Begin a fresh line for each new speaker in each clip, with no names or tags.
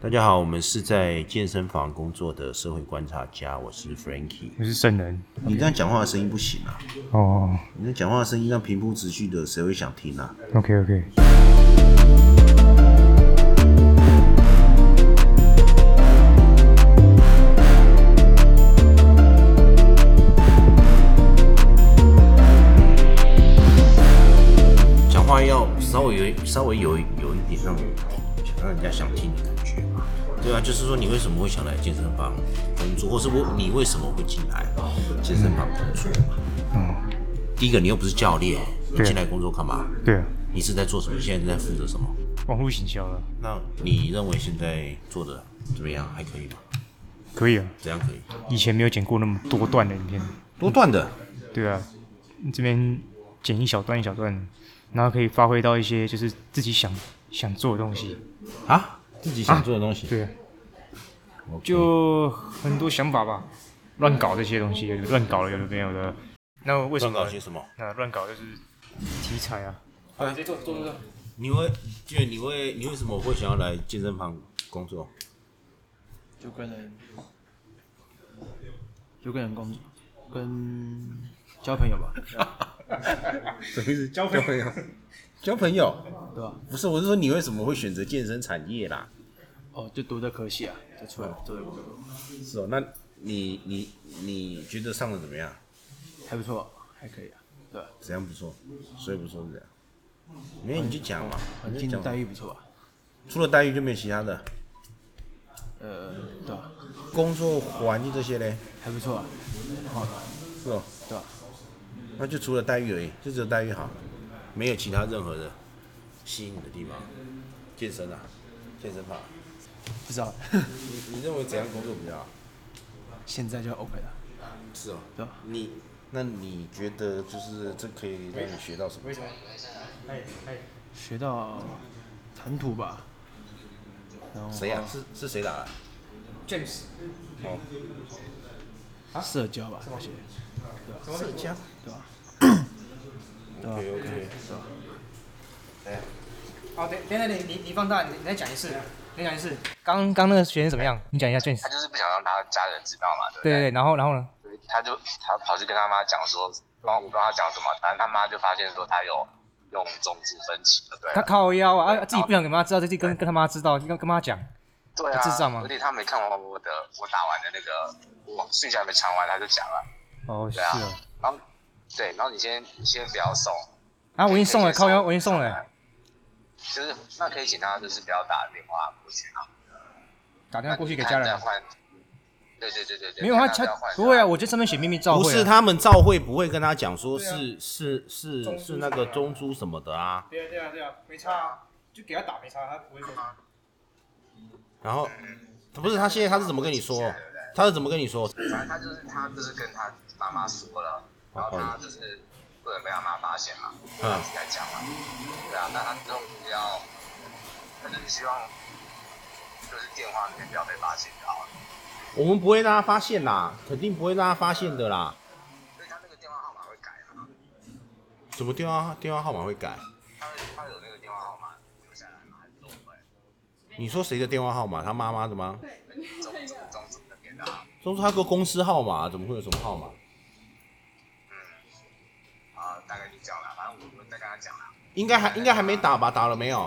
大家好，我们是在健身房工作的社会观察家，我是 Frankie。
我是圣人
你这样讲话的声音不行啊！
哦。
你这讲话的声音让平铺直叙的，谁会想听啊？
OK OK，
讲话要稍微有稍微有有一点让想让人家想听的感觉嘛。对啊，就是说你为什么会想来健身房工作，或是我你为什么会进来健身房工作嘛？
嗯，
第一个，你又不是教练，你
对
进来工作干嘛？
对啊，
你是在做什么？现在在负责什么？
网络行销啊了，
那你认为现在做的怎么样？还可以吗？
可以啊。
怎样可以？
以前没有剪过那么多段的影片，
多段的，
对啊，这边剪一小段一小段，然后可以发挥到一些就是自己想想做的东西，
啊，自己想做的东西，
对啊，
OK
就很多想法吧，乱搞这些东西，有的乱搞了，有的没有的。那为什
乱搞
么
些？什么？
那乱搞就是题材啊，
啊
接做做做做，
你会，就你会，你为什么会想要来健身房工作？
就跟人，就跟人工作，跟交朋友吧，
什么意思？交朋友？交朋友？
对吧？
不是，我是说你为什么会选择健身产业啦？
哦，就读的科系啊，就出来做这个工作，
是哦，那你你你觉得上的怎么样？
还不错，还可以啊，对吧？
怎样不错？所以不错是这样。没有你就讲嘛，
环
你就
境
讲嘛
待遇不错啊，
除了待遇就没有其他的，
呃，对吧？
工作环境这些嘞，
还不错啊，好的，
是哦，
对吧？
那就除了待遇而已，就只有待遇好，没有其他任何的吸引你的地方。健身啊，健身房，
不知道，
你你认为怎样工作比较好？
现在就 OK 了，
是哦，
对吧？
你那你觉得就是这可以让你学到什么？
学到谈吐吧，然后
谁呀、是是谁打的？
？James，
社交吧，
啊
这些，
社交。
对吧？
OK OK。
好，哦等等等等，你你放大，你你再讲一次，再讲一次。刚刚那个学生怎么样？你讲一下 James
他。就是不想让他家人知道嘛，对不
对对对，然后然后呢？
对？他就他跑去跟他妈讲说，帮我不知道他讲什么，但他妈就发现说他有用种族分歧了，对
他
啊，
靠腰啊，啊自己不想给妈知道，自己跟跟他妈知道，跟跟妈讲。
对啊，
他智障吗
而且他没看完我的我打完的那个，我睡觉还没抢完他就讲了，
哦，是
对啊
哦。
然后对，然后你先你先不要送，
啊，我已经送了，
可以先
靠腰，我已经送了，，欸
就是那可以请他就是不要打电话过去啊，
打电话过去给
看
家人
再
啊。
换，对对对对对，
没有他
看
他
再换
不会啊，我就上面写秘密照会。
不
啊
是，他们照会不会跟他讲说是、是是是那个啊中珠什么的啊？
对啊对啊对啊，没差啊，就给他打没差，他不会说。
然后不是他现在他是怎么跟你说？他是怎么跟你说？
反正他就是他就是跟他妈妈说了，然后他就是不能被他妈发现嘛，他自己在讲嘛，对啊，但他之后不要，他就是希望就是电话里面不要被发现就好了，
我们不会让他发现啦，肯定不会让他发现的啦。
所以他那个电话号码会改嘛，
怎么电话电话号码会改？
他他有那个电话号码留下来嘛，还是都会
你说谁的电话号码？他妈妈的吗？
中中中那边的啊，
中珠他个公司号码，怎么会有什么号码？
啊，大概就这样了，反正我我再跟他讲了，
应该还应该还没打吧？打了没有？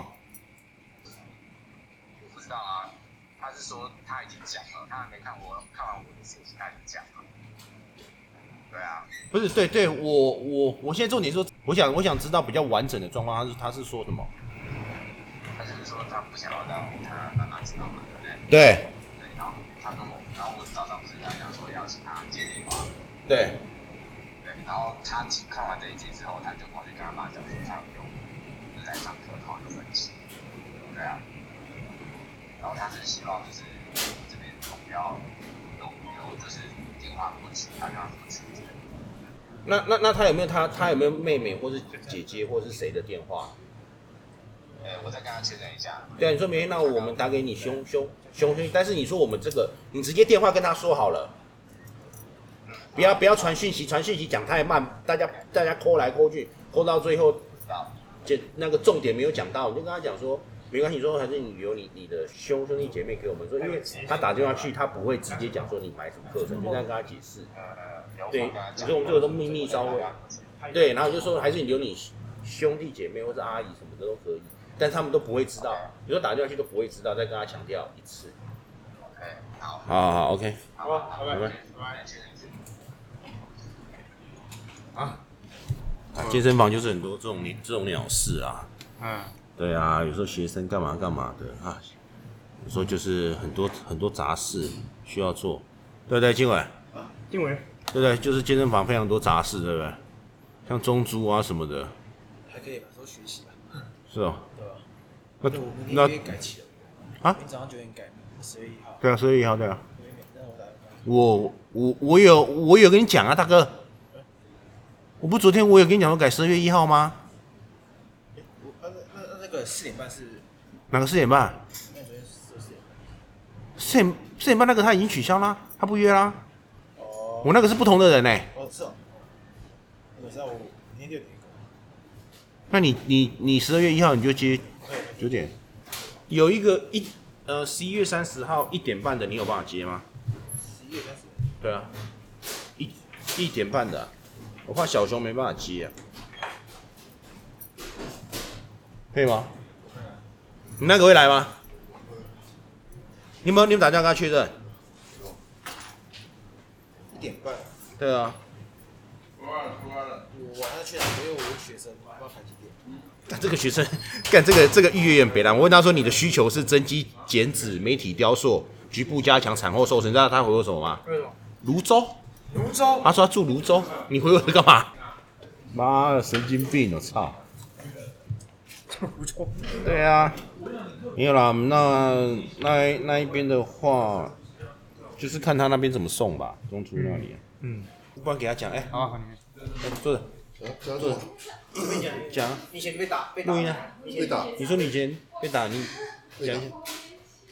我不知道啊，他是说他已经讲了，他还没看我看完我的信息，他已经讲了，对啊。
不是，对对，我我我现在重点说，我想我想知道比较完整的状况，他是他是说什么？
他就是说他不想要让他让他知道嘛，对不对？
对
对，然后他跟我，然后我早上不是跟他讲说要请他接电话，
对，
对，然后他看完这一集之后，他就跑去跟他妈讲说他有就是来上课，然后有分歧，对啊，然后他是希望就是这边我不要有有就是电话过去，他让他过去之类的。
那那那他有没有他他有没有妹妹或是姐姐或是谁的电话？
呃，我再跟他确认一下，
对啊，你说没，那我们打给你兄兄兄兄，但是你说我们这个，你直接电话跟他说好了，不要不要传讯息，传讯息讲太慢，大家大家抠来抠去，抠到最后
知道。
这那个重点没有讲到，你就跟他讲说，没关系，说还是你由你你的兄兄弟姐妹给我们说，因为他打电话去，他不会直接讲说你买什么课程，就这样跟他解释。对，
啊
所以我们这个都秘密稍微，对，然后就说还是你留你兄弟姐妹或者阿姨什么的都可以，但他们都不会知
啊
道，你说打电话去都不会知道，再跟他强调一次。
OK，好，
好好好，OK，
好，
拜拜
拜拜。
啊健身房就是很多这种鸟这种鸟事啊。
嗯，
对啊，有时候学生干嘛干嘛的啊，有时候就是很多很多杂事需要做，对不对，金伟？
定伟，
对不对？就是健身房非常多杂事，对不对？像中珠啊什么的，
还可以吧，都学习吧，
是哦。
对吧？
那
对，我明天
那
可以改期了。
啊
明天早上九点改，十月一号。
对啊，所以一号对啊，
因为每天我打电话，
我我我有我有跟你讲啊，大哥，我不昨天我有跟你讲说改十二月一号吗？
我啊那那那个四点半是，
哪个四点半？
那昨天是四点半。
四点四点半那个他已经取消啦，他不约啦。
哦
我那个是不同的人呢、
哦是哦，我知道我明天六点改。
那你你你十二月一号你就接
可以可以
九点，有一个一呃十一月三十号一点半的，你有办法接吗？
十一月三十。
对啊，一一点半的啊、我怕小熊没办法接啊，可以吗？你那个会来吗？你们你们打电话跟他确认？
一点半，
对啊，
我晚上去哪？因为我有学生，我要排几点？
干这个学生 干这个这个预约员北兰，我问他说你的需求是增肌、减脂、美体雕塑、局部加强、产后瘦身，你知道他回我什么吗？
为什么？
泸州。
泸州。
他说他住泸州，你回我这干嘛？妈的，神经病！我操！
泸州。
对啊，没有啦，那那那一边的话，就是看他那边怎么送吧，中途那里。
嗯，
不然给他讲，哎、
好啊，好，你们
哎坐着，
讲什么？
讲啊
以前被打，被
录音啊。
被打？
你说你以前被打，你讲一下。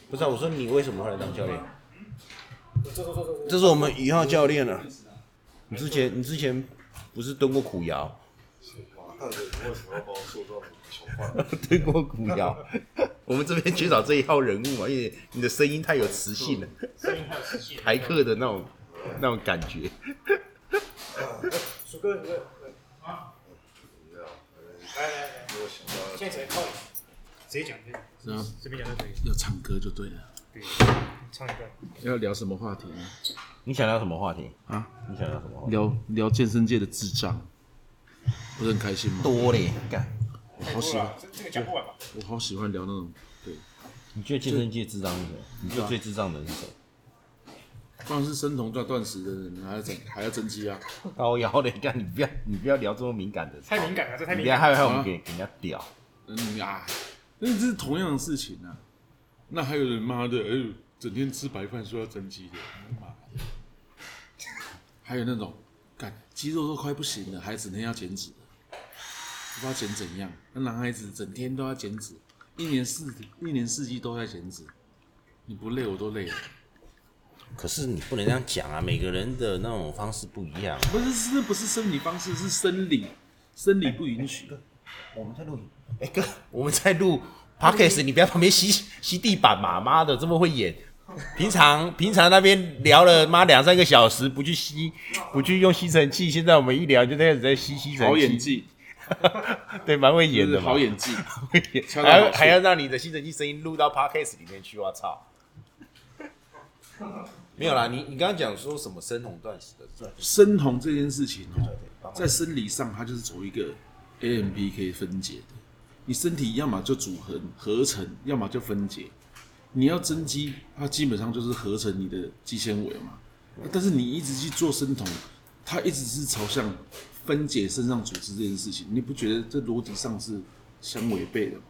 不是、啊，我说你为什么后来当教练？这是我们一号教练了、啊你之前你之前不是蹲过苦窑？
看着你为什么要把我塑造成小贩？
对过古谣。我们这边缺少这一号人物嘛，因为你的声音太有磁性了， 台客的那种那种感觉。
鼠哥，鼠哥，
没有想到
现在谁靠你？
直接讲就
然后
随便讲就可以，
要唱歌就对了。
唱一段。
要聊什么话题呢？
你想聊什么话题
啊？
你想聊什么话题？
聊聊健身界的智障，不是很开心吗？
多嘞，干！
我好喜欢，
这这个讲不完吧？
我好喜欢聊那种对，
你觉得健身界智障是谁？你觉得最智障的人是谁？
当然是生酮断断食的人，还要增还要增肌啊。
高腰嘞，干！你不要你不要聊这么敏感的，
太敏感了，这太
你
敏
等下害
感。
怕我们给给人家屌。
嗯啊，那这是同样的事情啊。那还有人妈的，哎、呦，整天吃白饭说要增肌的，妈的。还有那种，干肌肉都快不行了，还整天要减脂，不知道减怎样。那男孩子整天都要减脂，一年四一年四季都在减脂，你不累我都累了。
可是你不能这样讲啊，每个人的那种方式不一样。啊
不是，是不是生理方式，是生理，生理不允许。
我们在录影，哎、哥， 我们在录 podcast，你不要旁边吸吸地板嘛，妈的，这么会演。平常平常那边聊了妈两三个小时，不去吸，不去用吸尘器，现在我们一聊就开始在吸吸尘器，
好演，技，
对，蛮会
就
演
是
的嘛，
好演技。
演，
恰到
还
好
要
处
还要让你的吸尘器声音录到 podcast 里面去，我操！ 没有啦，你你刚刚讲说什么生酮断食的事？
生酮这件事情哦，在生理上它就是走一个 AMP 可以分解的，你身体要么就组合合成，要么就分解。你要增肌，它基本上就是合成你的肌纤维嘛。但是你一直去做生酮，它一直是朝向分解身上组织这件事情，你不觉得这逻辑上是相违背的吗？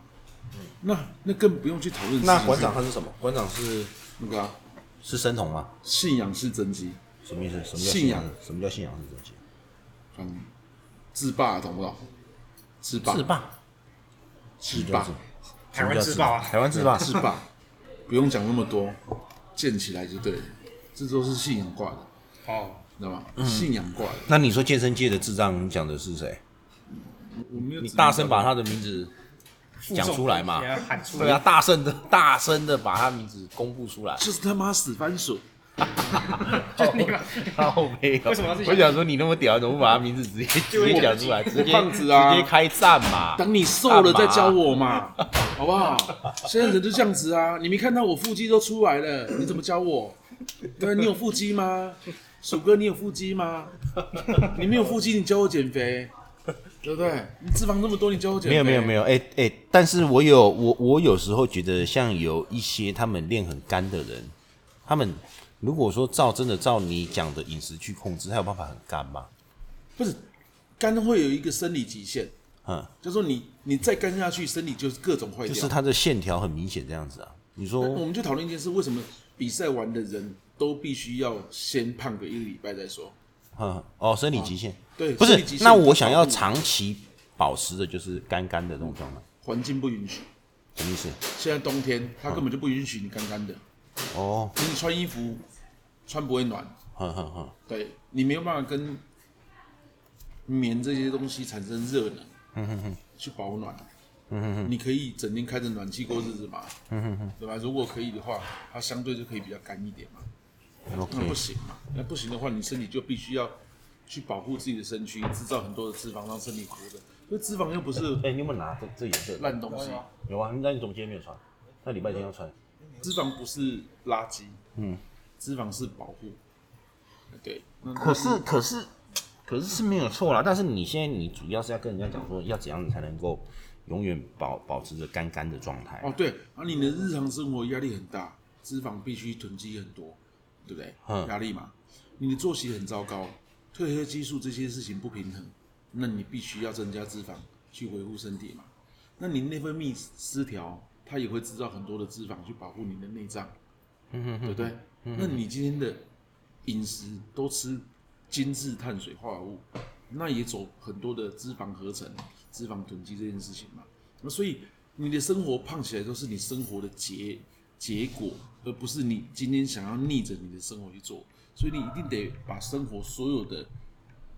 那那更不用去讨论。
嗯那馆长他是什么？馆长是
那个、啊、
是生酮吗？
信仰是增肌，
什么意思？什么叫
信仰
什么叫信仰是这些？
嗯，自霸懂不懂？自霸，
自霸。
自霸，
台湾自爆啊！
台湾 自爆，
自霸，不用讲那么多，建起来就对了。这都是信仰挂的，
哦，
知道吗？
嗯
信仰挂的，
那你说健身界的智障，你讲的是谁？
我没有
你
指名
大
道
声
姓
把他的名字讲出来嘛
你要喊出
对啊，大声的大声的把他名字公布出来，
就是他妈死番薯，
好没有。
为什么要自
哦
己
我想说你那么屌，怎么不把他名字 直接直接讲出来？直接
胖子啊
直接开战嘛！
等你瘦了再教我嘛， 好不好？现在人就这样子啊，你没看到我腹肌都出来了，你怎么教我？对啊，你有腹肌吗？鼠哥，你有腹肌吗？你没有腹肌，你教我减肥，对不对？你脂肪那么多，你教我减肥？
没有没有没
有，
有，哎、哎、但是我有我我有时候觉得，像有一些他们练很干的人，他们如果说照真的照你讲的饮食去控制，他有办法很干吗？
不是肝会有一个生理极限，
嗯，
就说你你再干下去，身体就是各种坏掉。
就是他的线条很明显这样子啊。你说
我们就讨论一件事：为什么比赛完的人都必须要先胖个一个礼拜再说？
嗯，哦，生理极限，
对
不
生
是
理极？限
那我想要长期保持的就是干干的这种状态，
环境不允许。
什么意思？
现在冬天，它根本就不允许你干干的，
哦，
你穿衣服穿不会暖，
哼哼哼，
对你没有办法跟棉这些东西产生热能，去保暖。你可以整天开着暖气过日子嘛，对吧？如果可以的话，它相对就可以比较干一点嘛。
OK
那不行嘛，那不行的话，你身体就必须要去保护自己的身躯，制造很多的脂肪让身体活着。因为脂肪又不是
哎、你有没有拿这这颜色？
烂东西，
有啊，那你怎么今天没有穿？那礼拜天要穿。
脂肪不是垃圾，
嗯，
脂肪是保护。对，那
可是可是可是是没有错啦，但是你现在你主要是要跟人家讲说，要怎样才能够永远保保持着干干的状态。
哦，对，啊，你的日常生活压力很大，脂肪必须囤积很多，对不对
嗯？
压力嘛，你的作息很糟糕，褪黑激素这些事情不平衡，那你必须要增加脂肪去维护身体嘛。那你内分泌失调，它也会制造很多的脂肪去保护你的内脏，对不对？那你今天的饮食都吃精致碳水化合物，那也走很多的脂肪合成、脂肪囤积这件事情嘛。那所以你的生活胖起来都是你生活的结结果，而不是你今天想要逆着你的生活去做。所以你一定得把生活所有的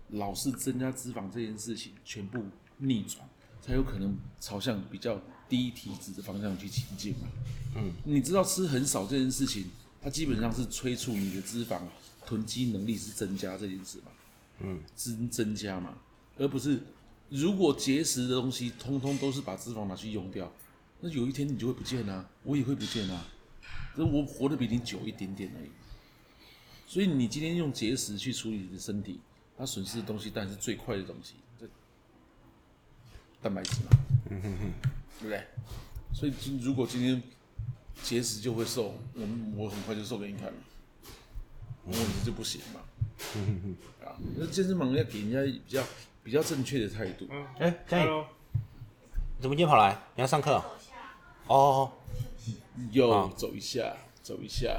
老是增加脂肪这件事情全部逆转，才有可能朝向比较低体脂的方向去前进嘛。嗯，你知道吃很少这件事情，它基本上是催促你的脂肪囤积能力是增加这件事嘛。增增加嘛，而不是如果节食的东西通通都是把脂肪拿去用掉，那有一天你就会不见啊，我也会不见啊，只是我活得比你久一点点而已。所以你今天用节食去处理你的身体，它损失的东西当然是最快的东西，这蛋白质嘛，对不对？所以今如果今天节食就会瘦，我们我很快就瘦给你看了，我就不行嘛。啊，那健身房要给人家比较比较正确的态度。
哎、佳颖，
Hello，
你怎么今天跑来？你要上课哦？哦，
又、
啊
走一下，走一下。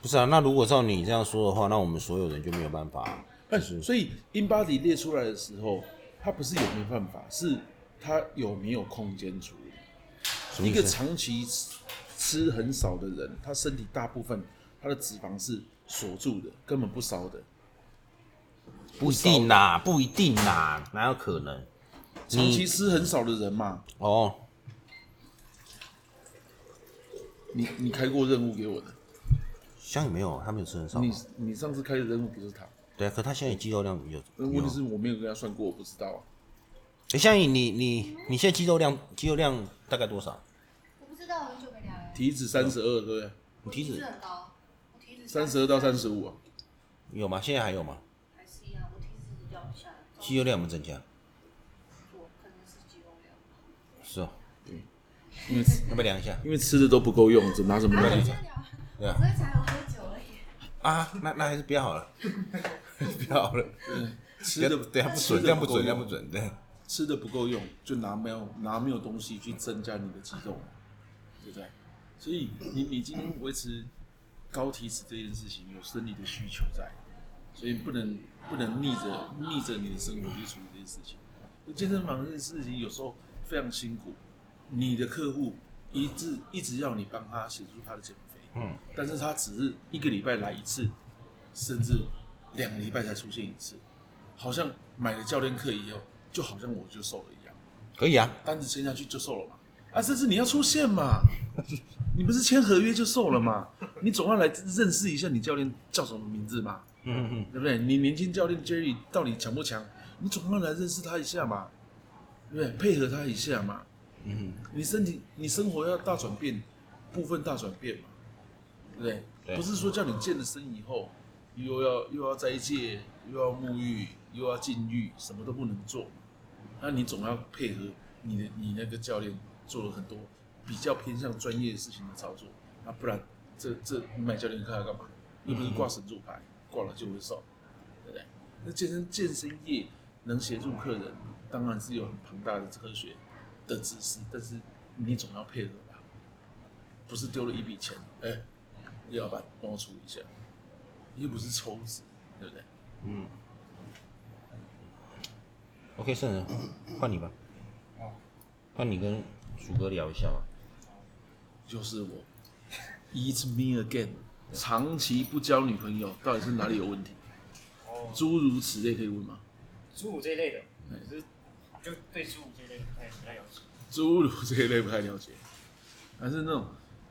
不是啊，那如果照你这样说的话，那我们所有人就没有办法、
但所以 in body 列出来的时候，它不是有没有办法，是它有没有空间处理。
什么
一
意
个
思？
长期吃吃很少的人，他身体大部分他的脂肪是锁住的，根本不烧的。
不一定啦，不一定啦，哪有可能？
长期
你
吃很少的人嘛，
哦，
你你开过任务给我的，
香也没有，他没有吃很少嘛。
你你上次开的任务不是他，
对啊，可他现在肌肉量有。
那问题是我没有跟他算过，我不知道啊。
哎，香颖，你你你现在肌肉量肌肉量大概多少？
我不知道，我很久没量了。
体脂三十二，对不对？
你体
体脂
脂
很高，我体脂
三十二到三十五啊。
有吗？现在还有吗？
还是一样，我体脂掉不下来。
肌肉量有没有增加？
我可能是肌肉量。
是哦，
嗯因为吃
要不要量一下？
因为吃的都不够用，怎么拿什么
啊，
来
我？真的啊
对啊
我昨天才有喝酒而已。
啊，那那还是不要好了， 不要好了，
吃的
对啊，不准，这样不准，这样不准，对。
吃的不够用，就拿没有拿没有东西去增加你的肌肉，对不对？所以你你今天维持高体脂这件事情有生理的需求在，所以不能不能逆着逆着你的生活去处理这件事情。健身房这件事情有时候非常辛苦，你的客户一直一直要你帮他协助他的减肥，嗯，但是他只是一个礼拜来一次，甚至两个礼拜才出现一次，好像买了教练课以后，就好像我就瘦了一样，
可以啊，
单子签下去就瘦了嘛。啊，甚至你要出现嘛，你不是签合约就瘦了嘛？你总要来认识一下你教练叫什么名字嘛，
嗯嗯，
对不对？你年轻教练 Jerry 到底强不强？你总要来认识他一下嘛，对不对？配合他一下嘛。
嗯，
你身体、你生活要大转变，部分大转变嘛，对不对？
对
不是说叫你健了身以后，又要又要斋戒，又要沐浴，又要禁欲，什么都不能做。那你总要配合你的你那个教练做了很多比较偏向专业的事情的操作，那不然这这你买教练课要干嘛？又不是挂神助牌，挂了就会瘦，对不对？那健身健身业能协助客人，当然是有很庞大的科学的知识，但是你总要配合吧，不是丢了一笔钱，哎、叶老板帮我出一下，又不是抽脂，对不对？
嗯，OK，圣人，换你吧。
哦
换你跟鼠哥聊一下吧。
就是我，It's me again，长期不交女朋友，到底是哪里有问题？
哦，
诸如此类可以问吗？
猪五这一类的，就是就对猪五这一类
哎
不太不太了解。
诸如这一类不太了解，但是那种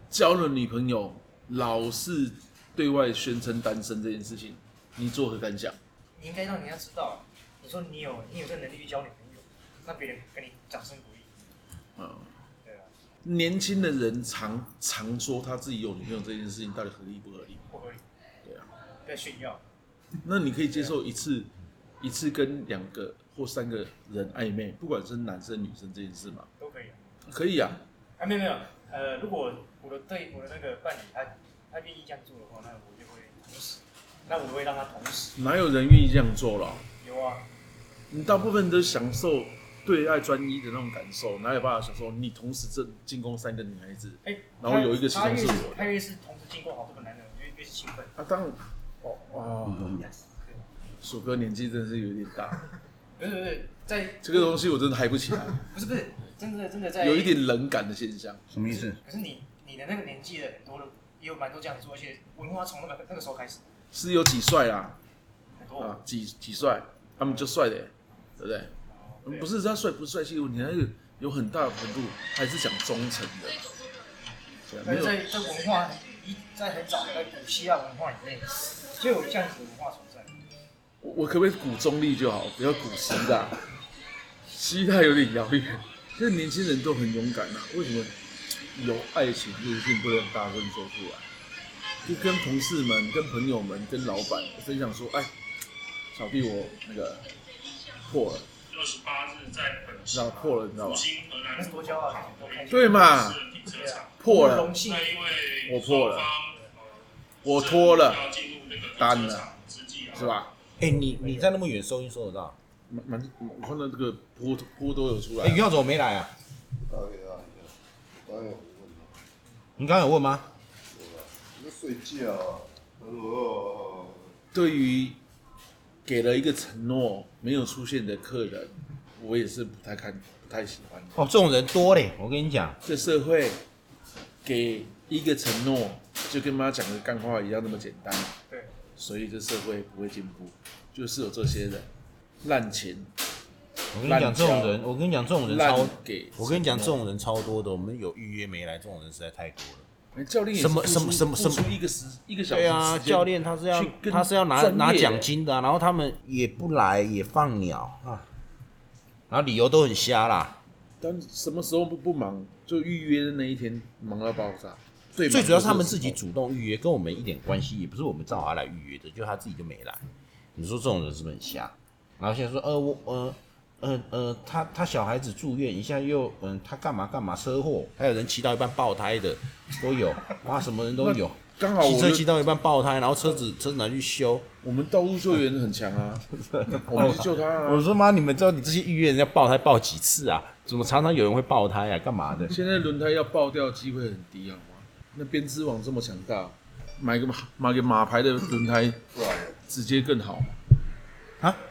交了女朋友，老是对外宣称单身这件事情，你作何感想？
你应该让人家知道，你说你有你有这能力去交女朋友，那别人跟你掌声鼓励，
啊、
对啊，
年轻的人常常说他自己有女朋友这件事情到底合理不合理？
不合理，
对啊，
在炫耀，
那你可以接受一次一次跟两个或三个人暧昧，不管是男生女生这件事吗？
都可以啊。
可以啊，
啊，没有没有，呃，如果我的对我的那个伴侣他他愿意这样做的话，那我就会同时，那我会让他同时
哪有人愿意这样做了？
有啊，
你大部分都享受对爱专一的那种感受，哪有办法享受你同时正进攻三个女孩子？
哎、
然后有一个其
他
中
越
是我的
他越是同时经过好多个男人，我越越是兴奋，
啊，当然，哦哦，鼠哥年纪真的是有点大，
不是不是在
这个东西我真的嗨不起来，
不是不是真的真的在
有一点冷感的现象。
什么意思？
可是你你的那个年纪的很多的也有蛮多这样做，而且文化从那个那个时候开始，
是有几帅啦，
很多、
啊，几几帅，他们就帅的、对不对？
对啊
不是他帅不帅气的问题，还是有很大的程度还是讲忠诚的，对啊，
但是
没有
在在文化一在很早在古希腊文化里面就有这样子的文化存在。
我我可不可以鼓中立就好，不要鼓希 腊？希腊有点遥远，现在年轻人都很勇敢啊，为什么有爱情这件事情不能大声说出来？就跟同事们、跟朋友们、跟老板分享说，哎，小弟我那个破了，
二十八日在本
然后破了，你知道吧
复？兴河南
那是多啊骄傲，多开心。
对嘛，
市停车
啊
场。
破
我们
了
荣，幸
那，因为
我破了
双方，呃
我脱了，
要进入那个停车
单了
场之际啊
是吧？
哎、你你在那么远，收音收得到？
蛮蛮，我看到这个波波都有出来
哎、于浩怎么没来啊？
大概啊，当然有问题，
你刚刚有问吗？
对吧？你在睡觉啊，哦，
对于给了一个承诺没有出现的客人，我也是不太看、不太喜欢的。
哦，这种人多嘞，我跟你讲，
这社会给一个承诺，就跟妈讲的干话一样那么简单，
对，
所以这社会不会进步，就是有这些人滥情、
我跟你讲，
烂
这
交
种人，我跟你讲，这种人
滥
超，
给。
我跟你讲，这种人超多的。我们有预约没来，这种人实在太多了。
哎教练也是
什么
付出
什么什么什么
付出一个时一个小时
对啊，
时间
教练他是要
去跟
他是要拿
专业
拿奖金的啊、然后他们也不来，也放鸟啊，然后理由都很瞎啦。
但什么时候不不忙，就预约的那一天忙到爆炸。最忙
最主要是他们
的哦时
自
候
己主动预约，跟我们一点关系也不是，我们找他来预约的，就他自己就没来。你说这种人是不是很瞎？然后现在说，呃，我呃呃呃，他他小孩子住院，一下又嗯、他干嘛干嘛车祸，还有人骑到一半爆胎的都有，哇，什么人都有。
刚好
骑
我
车
们
骑到一半爆胎，然后车子车子拿去修。
我们道路救援很强啊，我们去救他啊
我。说妈，你们知道你这些预约人家爆胎爆几次啊？怎么常常有人会爆胎啊？干嘛的？
现在轮胎要爆掉的机会很低，好吗？那编织网这么强大，买个马买个马牌的轮胎
不来了，
直接更好。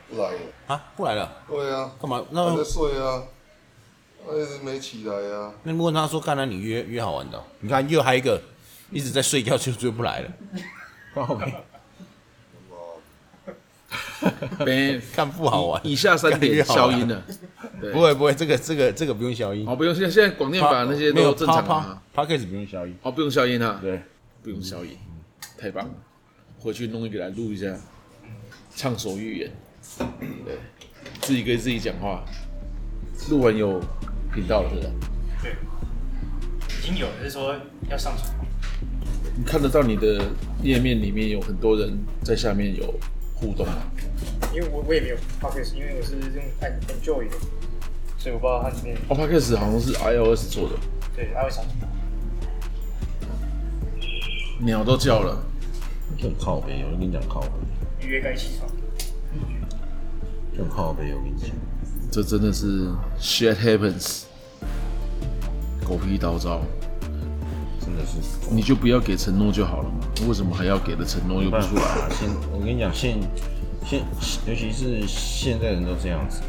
不来了，
啊，不来了，
对啊，
干嘛？那
还在睡啊，他一直没起来啊，
那你问他说，干了你约约好玩的哦、你看又还有一个一直在睡觉，就就不来了。
报名
哇，
没
看不好玩。
以以下三点消音了，对
不会不会，这个这个这个不用消音。
哦，不用，现在现在广电法那些
没有
都正常了啊。
p a c k a g e 不用消音。
哦，不用消音啊，
对，
不用消音，太棒了，回去弄一个来录一下，畅所欲言，对，自己跟自己讲话，录完有频道了，对吧？
对，已经有了，是说要上传。
你看得到你的页面里面有很多人在下面有互动啊，
因为我我也没有 podcast，因为我是用按 enjoy 的，所以我不知道它里面
哦 p o d c a s 好像是 iOS 做的，
对它会上传。
鸟都叫了，
更靠北，我跟你讲靠北，
预约该起床。
更靠北，我跟你讲。
这真的是 shit happens，狗屁倒灶，
真的是。
你就不要给承诺就好了嘛，为什么还要给的承诺
没
又不
办
出
法
来？
啊，现我跟你讲，现现尤其是现在人都这样子，